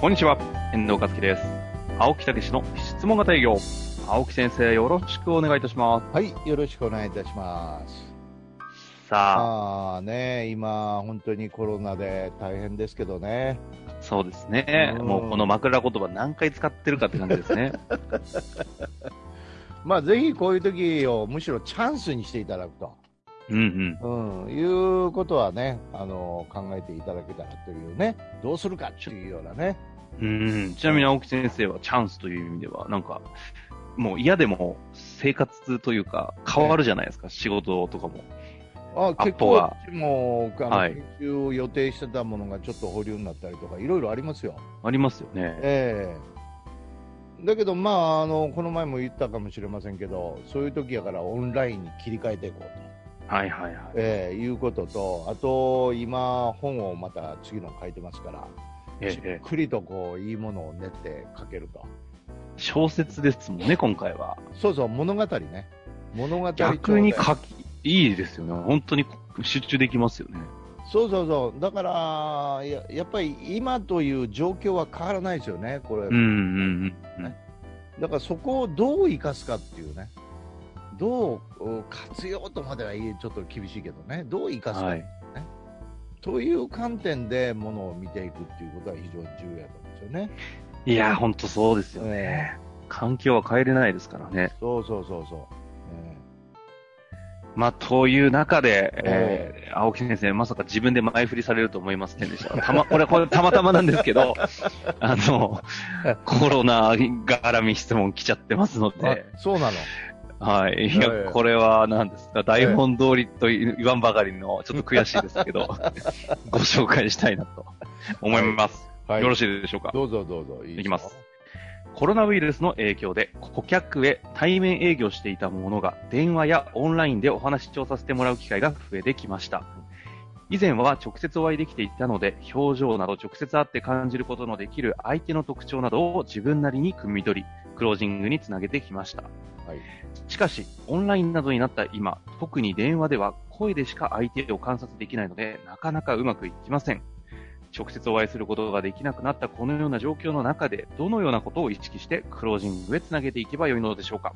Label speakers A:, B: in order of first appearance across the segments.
A: こんにちは、遠藤和樹です。青木武の質問型営業。青木先生、よろしくお願いいたしま
B: はい、よろしくお願いいたします。
A: す。さ
B: ああね、今、本当にコロナで大変ですけどね、
A: あ、そうですね。
B: うん
A: もうこの枕言葉何回使ってるかって感じです ね。
B: まあ、ぜひこういう時をむしろチャンスにしていただくと、
A: うんうん。
B: うん、いうことはねあの、考えていただけたらというね、どうするかっていうようなね、
A: うん、ちなみに青木先生はチャンスという意味では、なんか、もう嫌でも生活というか変わるじゃないですか、仕事とかも。
B: あ
A: ア
B: 結
A: ポ
B: 構、
A: は
B: こっちもあの、
A: はい
B: 研修を予定してたものがちょっと保留になったりとか、いろいろありますよ。
A: ありますよね。
B: ええだけど、まああの、この前も言ったかもしれませんけど、そういう時やからオンラインに切り替えていこうと。
A: はいはいはい。
B: えーいうことと、あと今、本をまた次の書いてますから、
A: え
B: じ
A: ええ
B: っ
A: え
B: くりとこういいものを練って書けると、
A: 小説ですもんね、今回は。
B: そうそう、物語ね、物語調で
A: 逆に書き、いいですよね。本当に集中できますよね。
B: そうそうそう、だからややっぱり今という状況は変わらないですよね、これ、
A: うんうんうんうん。
B: だからそこをどう生かすかっていうね、どううん活用とまでは言えちょっと厳しいけどね、どう生かすか、
A: はい。
B: という観点でものを見ていくっていうことは非常に重要だと思うんですよね。
A: いやー、ほんとそうですよね。
B: え
A: 環境は変えれないですからね。
B: そうそうそうそう。ええ
A: まあ、という中で、えー青木先生、まさか自分で前振りされると思いませんでした。たま、これ、これ、たまたまなんですけど、 あの、コロナ絡み質問来ちゃってますの
B: あ
A: で、
B: そうなの。
A: はい。い
B: いやい
A: や、
B: や
A: これは何ですか、台本通りと言わんばかりの、ちょっと悔しいですけ ど、ご紹介したいなと思います。
B: は
A: よろ
B: し
A: しいでしょうか。
B: どうぞどうぞ。い
A: いきます。コロナウイルスの影響で顧客へ対面営業していたものが電話やオンラインでお話をさせてもらう機会が増えてきました。以前は直接お会いできていたので、表情など直接会って感じることのできる相手の特徴などを自分なりに汲み取り、クロージングにつなげてきました。
B: はい
A: しかし、オンラインなどになった今、特に電話では声でしか相手を観察できないので、なかなかうまくいきません。直接お会いすることができなくなったこのような状況の中で、どのようなことを意識してクロージングへつなげていけばよいのでしょうか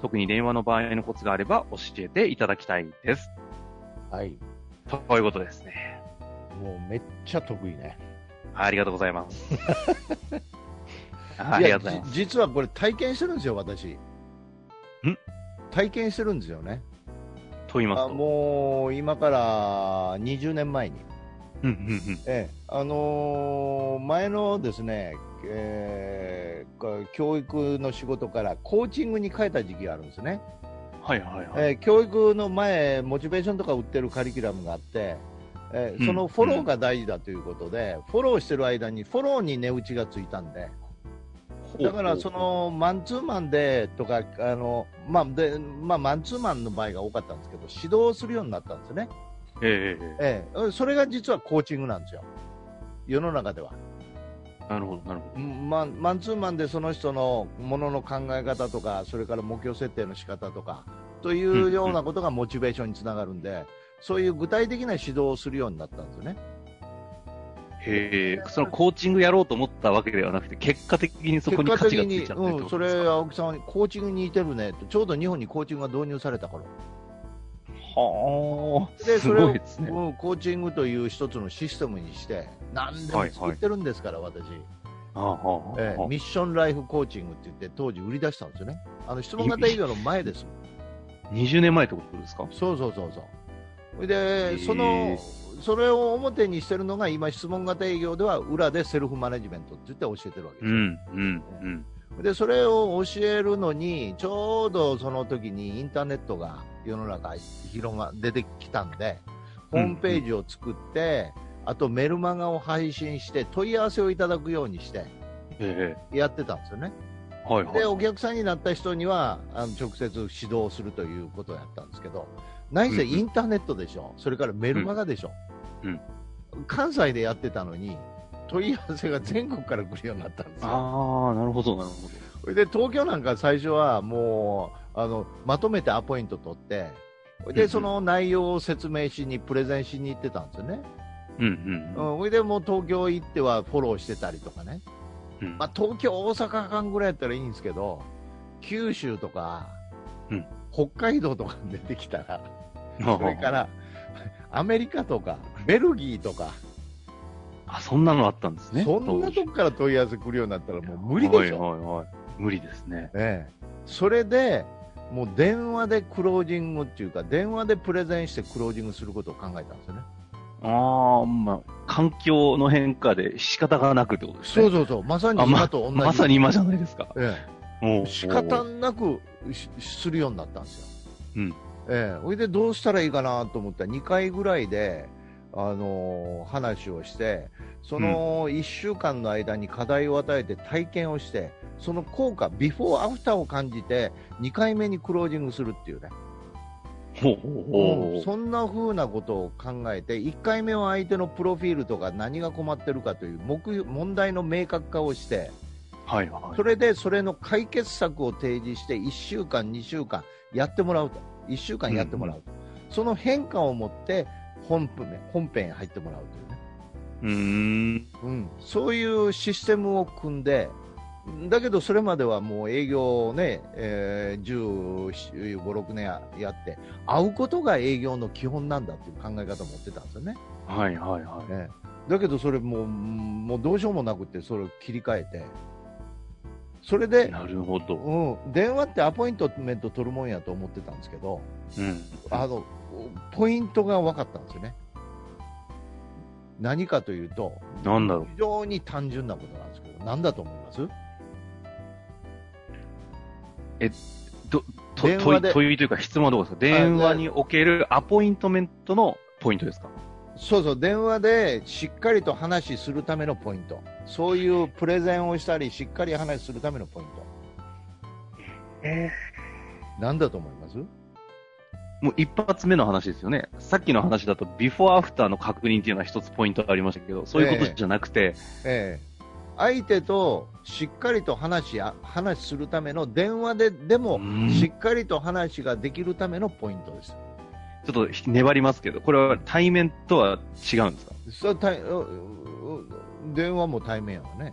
A: 特に電話の場合のコツがあれば教えていただきたいです。
B: はい。
A: ということですね。
B: もうめっちゃ得意ね。
A: ありがとうござい ます。ありがとうございます。
B: す。実はこれ体験してるんですよ、私。ん体験してるんですよね。
A: と言います
B: あ
A: と。
B: もう今から20年前に。
A: うんうんうん
B: ええ。あのー前のですね、えーこ教育の仕事からコーチングに変えた時期があるんですね。
A: はいはいはい。
B: えー教育の前、モチベーションとか売ってるカリキュラムがあって、えー
A: うん
B: そのフォローが大事だということで、フォローしてる間にフォローに値打ちがついたんで、だからそのマンツーマンでとか、あのまあでまあ、マンツーマンの場合が多かったんですけど、指導をするようになったんですね、
A: ええええ
B: えーそれが実はコーチングなんですよ、世の中では。
A: なるほど、なるほど。
B: うんマンマンツーマンでその人のものの考え方とかそれから目標設定の仕方とかというようなことがモチベーションにつながるんで、そういう具体的な指導をするようになったんですよね。
A: へえ、そのコーチングやろうと思ったわけではなくて、結果的にそこに価値がついちゃってるって
B: う
A: こ
B: ん、そ
A: とで
B: れ
A: すか、
B: 青木さんコーチングに似てるねとちょうど日本にコーチングが導入された頃
A: はあ、
B: ですそれを
A: ごいですね。
B: うん、コーチングという一つのシステムにして何でも作ってるんですから、私、
A: ああはあ
B: ええ
A: は
B: ミッションライフコーチングって言って当時売り出したんですよねあの質問型営業の前です
A: あ20年前ってことですか
B: そうそうそうそう。それ
A: へ
B: で、
A: ー
B: その、それを表にしてるのが、今、質問型営業では裏でセルフマネジメントって言って教えてるわけ
A: う
B: ですよ。
A: ん、うん、うん。
B: で、それを教えるのに、ちょうどその時にインターネットが世の中広が出てきたんで、ホームページを作って、あとメルマガを配信して問い合わせをいただくようにして
A: え
B: やってたんですよね。
A: えはい
B: で、
A: はい。
B: お客さんになった人にはあの直接指導するということをやったんですけど、何せ
A: うんうん
B: インターネットでしょ、それからメルマガでしょ、
A: うん
B: 関西でやってたのに、問い合わせが全国から来るようになったんですよ。
A: ああ、なるほど、なるほ
B: それで東京なんか最初はもうあのまとめてアポイント取って
A: うんう
B: で
A: ん
B: その内容を説明しにプレゼンしに行ってたんですよね、
A: ど。うん
B: うん、それでもう東京行ってはフォローしてたりとかね、
A: うん。うん
B: まあ、東京、大阪間ぐらいやったらいいんですけど九州とか、
A: うん
B: 北海道とか出てきたら
A: あ
B: それからアメリカとかベルギーとか、
A: あ、そんなのあったんですね。
B: そんな
A: 当時
B: とこから問い合わせ来るようになったらもう無理でしょ。
A: はいはいはい。無理ですね。
B: ええ、それでもう電話でクロージングっていうか電話でプレゼンしてクロージングすることを考えたんですよね。
A: ああ、まあ、環境の変化で仕方がなくってことですね。
B: そうそうそうまさに
A: あま
B: 今と同じ。
A: まさに今じゃないですか。
B: え
A: も
B: え、
A: う
B: 仕方なくしするようになったんですよ。
A: うん
B: ええ、それでどうしたらいいかなと思ったら2回ぐらいで、あのー話をしてその1週間の間に課題を与えて体験をしてその効果ビフォーアフターを感じて2回目にクロージングするっていうね。
A: ほうほうほう。
B: そんな風なことを考えて1回目は相手のプロフィールとか何が困ってるかという目標問題の明確化をして
A: はいはい。
B: それでそれの解決策を提示して1週間、2週間やってもらうと1週間やってもらうと、その変化を持って本編本編へ入ってもらうというね、
A: うーん。
B: うん、そういうシステムを組んでだけどそれまではもう営業をね、えー、15、6年やって会うことが営業の基本なんだっていう考え方を持ってたんですよね。
A: はいはいは
B: ええだけどそれもううんもうどうしようもなくてそれを切り替えてそれ
A: い。
B: で、
A: なるほど。
B: うん、電話ってアポイントメント取るもんやと思ってたんですけど
A: うん。
B: あのポイントが分かったんですよね。何かというと
A: なんだろう。
B: 非常に単純なことなんですけど何だと思います
A: と問
B: 電話
A: い
B: で
A: 問いというか質問はどうですか電話におけるアポイントメントのポイントですか
B: そうそう、電話でしっかりと話しするためのポイント、そういうプレゼンをしたり、しっかり話しするためのポイント、
A: え
B: なんだと思います
A: もう一発目の話ですよね。さっきの話だと、ビフォーアフターの確認っていうのは一つポイントがありましたけど、そういうことじゃなくて、
B: ええ相手としっかりと話しあ話しするための電話ででも
A: うん
B: しっかりと話ができるためのポイントです。
A: ちょっと粘りますけど、これは対面とは違うんですか
B: それは対うう電話も対面はね、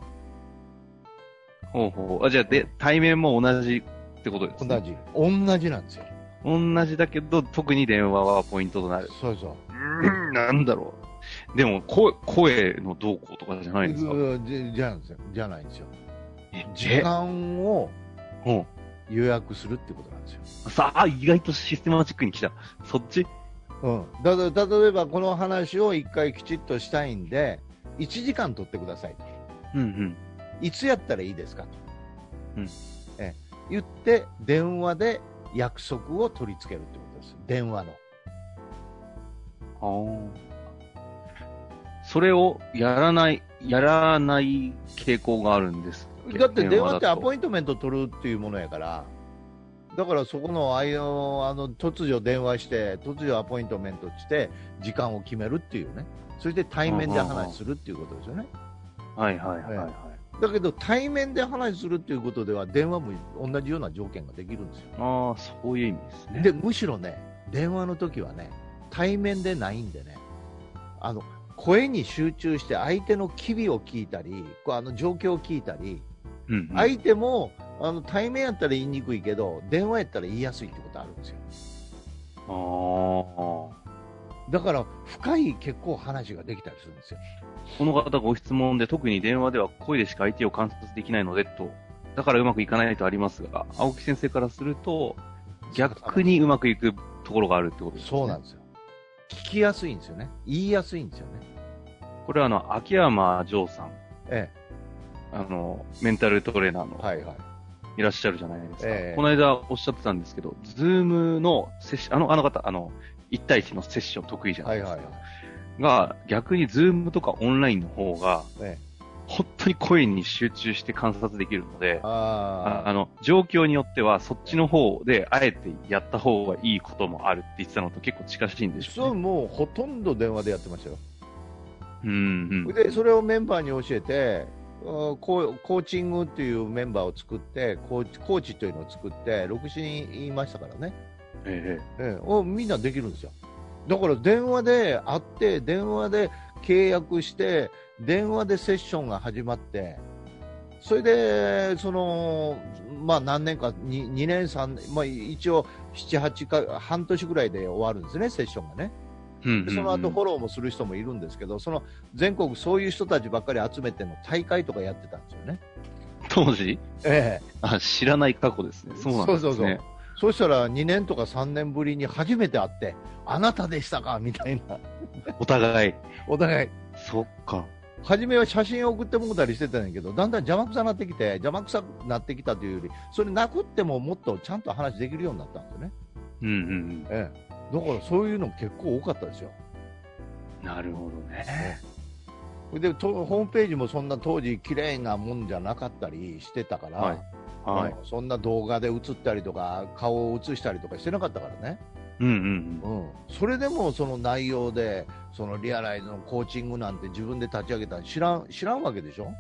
A: ほうほう。あ、じゃあ、で、対面も同じってことです、
B: 同
A: ね。
B: じ、同じなんですよ。
A: 同じ。だけど、特に電話はポイントとなる。
B: そうそう。
A: うーん、なんだろう。でも、声、声の動向とかじゃないんですか
B: うんじじゃなんですよじゃないんですよ。
A: え
B: 時間を
A: うん。
B: 予約するってことなんですよ。
A: さあ、意外とシステマチックに来た。そっち
B: うん、だだ例えばこの話を1回きちっとしたいんで1時間取ってくださいと
A: うんうん。
B: いつやったらいいですかと、
A: うん
B: え言って電話で約束を取り付けるってことです電話の
A: それをやらない、やらない傾向があるんですけど。
B: だって電話ってアポ
A: イン
B: イントメント取るっていうものやからだからそこのああいうあの突如電話して突如アポイントメントして時間を決めるっていうねそして対面で話するっていうことですよね
A: ト。はいはいはい、はい
B: えだけど対面で話するっていうことでは電話も同じような条件ができるんですよ
A: ああ、そういう意味ですね。
B: でむしろね、電話の時はね、対面でないんでね、あの声に集中して相手の機微を聞いたり、こうあの状況を聞いたり、
A: うんうん、
B: 相手もあの対面やったら言いにくいけど、電話やったら言いやすいってことあるんですよ。
A: あー
B: だから深い結構話ができたりするんですよ。
A: この方ご質問で、特に電話では声でしか相手を観察できないのでと、だからうまくいかないとありますが、青木先生からすると、逆にうまくいくところがあるってことですね。
B: そうなんですよ。聞きやすいんですよね。言いやすいんですよね。
A: これはあの、秋山城さん、
B: え
A: あの、メンタルトレーナー
B: え、
A: の
B: はいはい。
A: いらっしゃるじゃないですか。
B: ええ
A: この間おっしゃってたんですけど、ズームのセッション、あの、あの方、あの、1対1のセッション得意じゃな
B: はいい
A: です
B: は
A: か。
B: いはい。
A: が、逆にズームとかオンラインの方が、
B: え
A: 本当に声に集中して観察できるので、あ
B: あ
A: あの、状況によっては、そっちの方で、あえてやった方がいいこともあるって言ってたのと結構近しいんで
B: あ、
A: し
B: そ
A: ょ
B: う
A: うね。
B: もうほとんど電話でやってましたよ。
A: うん、うん。
B: で、それをメンバーに教えて、うんコーコーチングっていうメンバーを作って、コーチコーチというのを作って、6人いましたからね、
A: え
B: ええおみんなできるんですよ。だから電話で会って、電話で契約して、電話でセッションが始まって、それで、その、まあ何年か、2, 2年、3年、まあ一応7、8か、半年ぐらいで終わるんですね、セッションがね。
A: えうんうんうん
B: でその後フォローもする人もいるんですけど、その全国そういう人たちばっかり集めての大会とかやってたんですよね。
A: 当時
B: ええ、
A: あ、知らない過去ですね。そうなんですね。
B: そうそうそうそうしたら2年とか3年ぶりに初めて会って、あなたでしたかみたいな、
A: お互い。
B: お互い、
A: そっか。
B: 初めは写真を送ってもうたりしてたんやけど、だんだん邪魔くさなってきて、邪魔くさくなってきたというより、それなくってももっとちゃんと話できるようになったんですよね。
A: うんうん
B: ええだからそういうの結構多かったですよ。
A: うん。なるほどね。
B: でとホームページもそんな当時綺麗なもんじゃなかったりしてたから、
A: はいはい。
B: うんそんな動画で映ったりとか顔を映したりとかしてなかったからね、
A: うんうん
B: うん、それでもその内容でそのリアライズのコーチングなんて自分で立ち上げたの知らん知らんわけでしょ、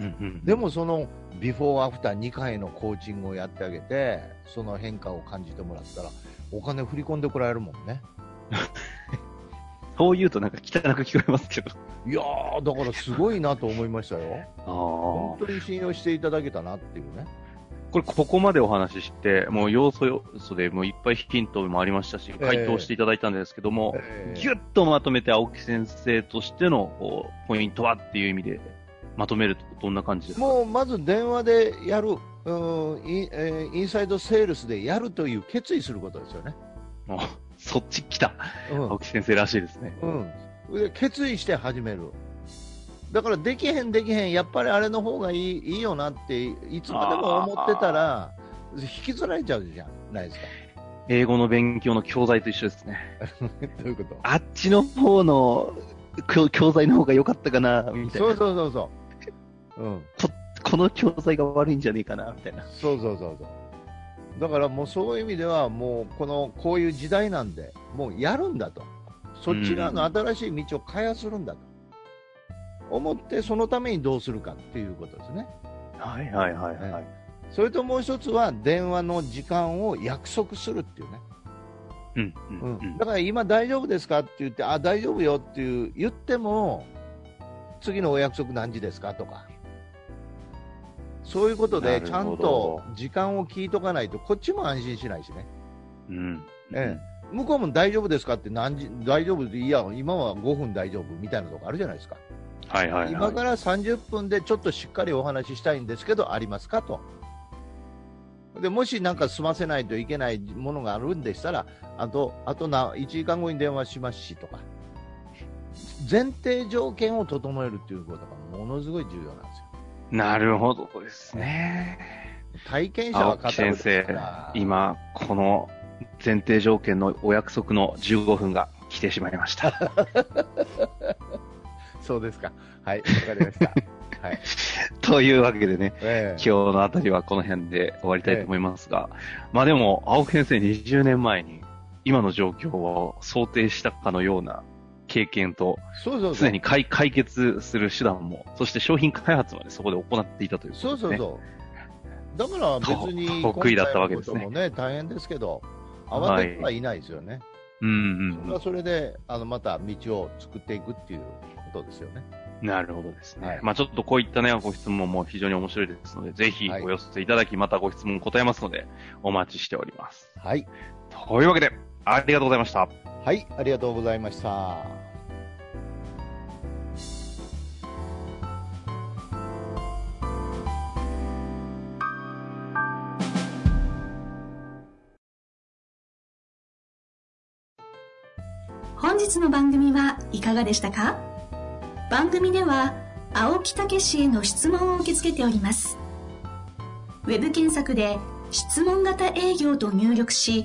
A: うん。うんうん、
B: で、もそのビフォーアフター2回のコーチングをやってあげてその変化を感じてもらったらお金振り込んでこられるもんね
A: そう言うとなんか汚く聞こえますけど。
B: いやーだからすごいなと思いましたよ
A: ああ。
B: 本
A: こ
B: 当に信用していただけたなっていうね
A: れ、ここまでお話しして、もう要素要素でもういっぱいヒントもありましたし、回答していただいたんですけども、ぎゅっとまとめて青木先生としてのこうポイントはっていう意味でまとめるとどんな感じですか
B: もうまず電話でやる、うんインえーインサイドセールスでやるという決意することですよね。
A: もうそっち来た。青
B: う
A: 木先生らしいですね。
B: んうん、で決意して始める。だからできへんできへん、やっぱりあれの方がいいいいよなって、いつまでも思ってたら、引きずられちゃうじゃないですか。
A: 英語の勉強の教材と一緒ですね。
B: どういうこと
A: あっちの方の教教材の方が良かったかな、みたい
B: そ
A: な
B: う。そうそうそう。うん、
A: この教材が悪いんじゃねえかな、みたいな。
B: そうそうそうそう。だからもうそういう意味では、もうこのこういう時代なんで、もうやるんだと、そっちらの新しい道を開発するんだと、思って、そのためにどうするかっていうことですね。
A: はいはいはい
B: はい。それともう一つは、電話の時間を約束するっていうね、
A: うんう
B: うん
A: んうん
B: だ。から今、大丈夫ですかって言って、あ大丈夫よっていう言っても、次のお約束何時ですかとか。そういうこと
A: な
B: で
A: るほど
B: ちゃんと時間を聞いとかないとこっちも安心しないしね。
A: うん。
B: え向こうも大丈夫ですかって何時大丈夫でいや今は5分大丈夫みたいなとこあるじゃないですか、
A: はいはい
B: 今
A: は
B: から30分でちょっとしっかりお話ししたいんですけどありますかとでもしなんか済ませないといけないものがあるんでしたらあとあとな1時間後に電話しますしとか前提条件を整えるということがものすごい重要なんですよ
A: い。なるほどですね。
B: 体験者は
A: 青
B: 語
A: 木
B: る
A: 先
B: です
A: 生
B: から、
A: 今、この前提条件のお約束の15分が来てしまいました。
B: そうですかはいわかり ました、はい
A: というわけでね、
B: ええ
A: 今日のあたりはこの辺で終わりたいと思いますが、まあでも、青木先生20年前に今の状況を想定したかのような経験と、
B: そうそう
A: す
B: そう
A: でに解解決する手段も、そして商品開発までそこで行っていたということ
B: そう
A: です
B: そう
A: ね。
B: そう。だから別に
A: と得意だったわけですね
B: 今回のこともね、大変ですけど、慌ててはいないですよね。
A: うんうん
B: そ
A: うん
B: れはそれで、あの、また道を作っていくっていうことですよね。
A: なるほどですね。
B: はい
A: まあちょっとこういったね、ご質問も非常に面白いですので、ぜひ
B: はい
A: お寄せいただき、またご質問答えますので、お待ちしております。
B: はい。
A: というわけで、ありがとうございました。
B: はい、ありがとうございました。
C: 本日の番組はいかがでしたか番組では青木武氏への質問を受け付けておりますウェブ検索で「質問型営業」と入力し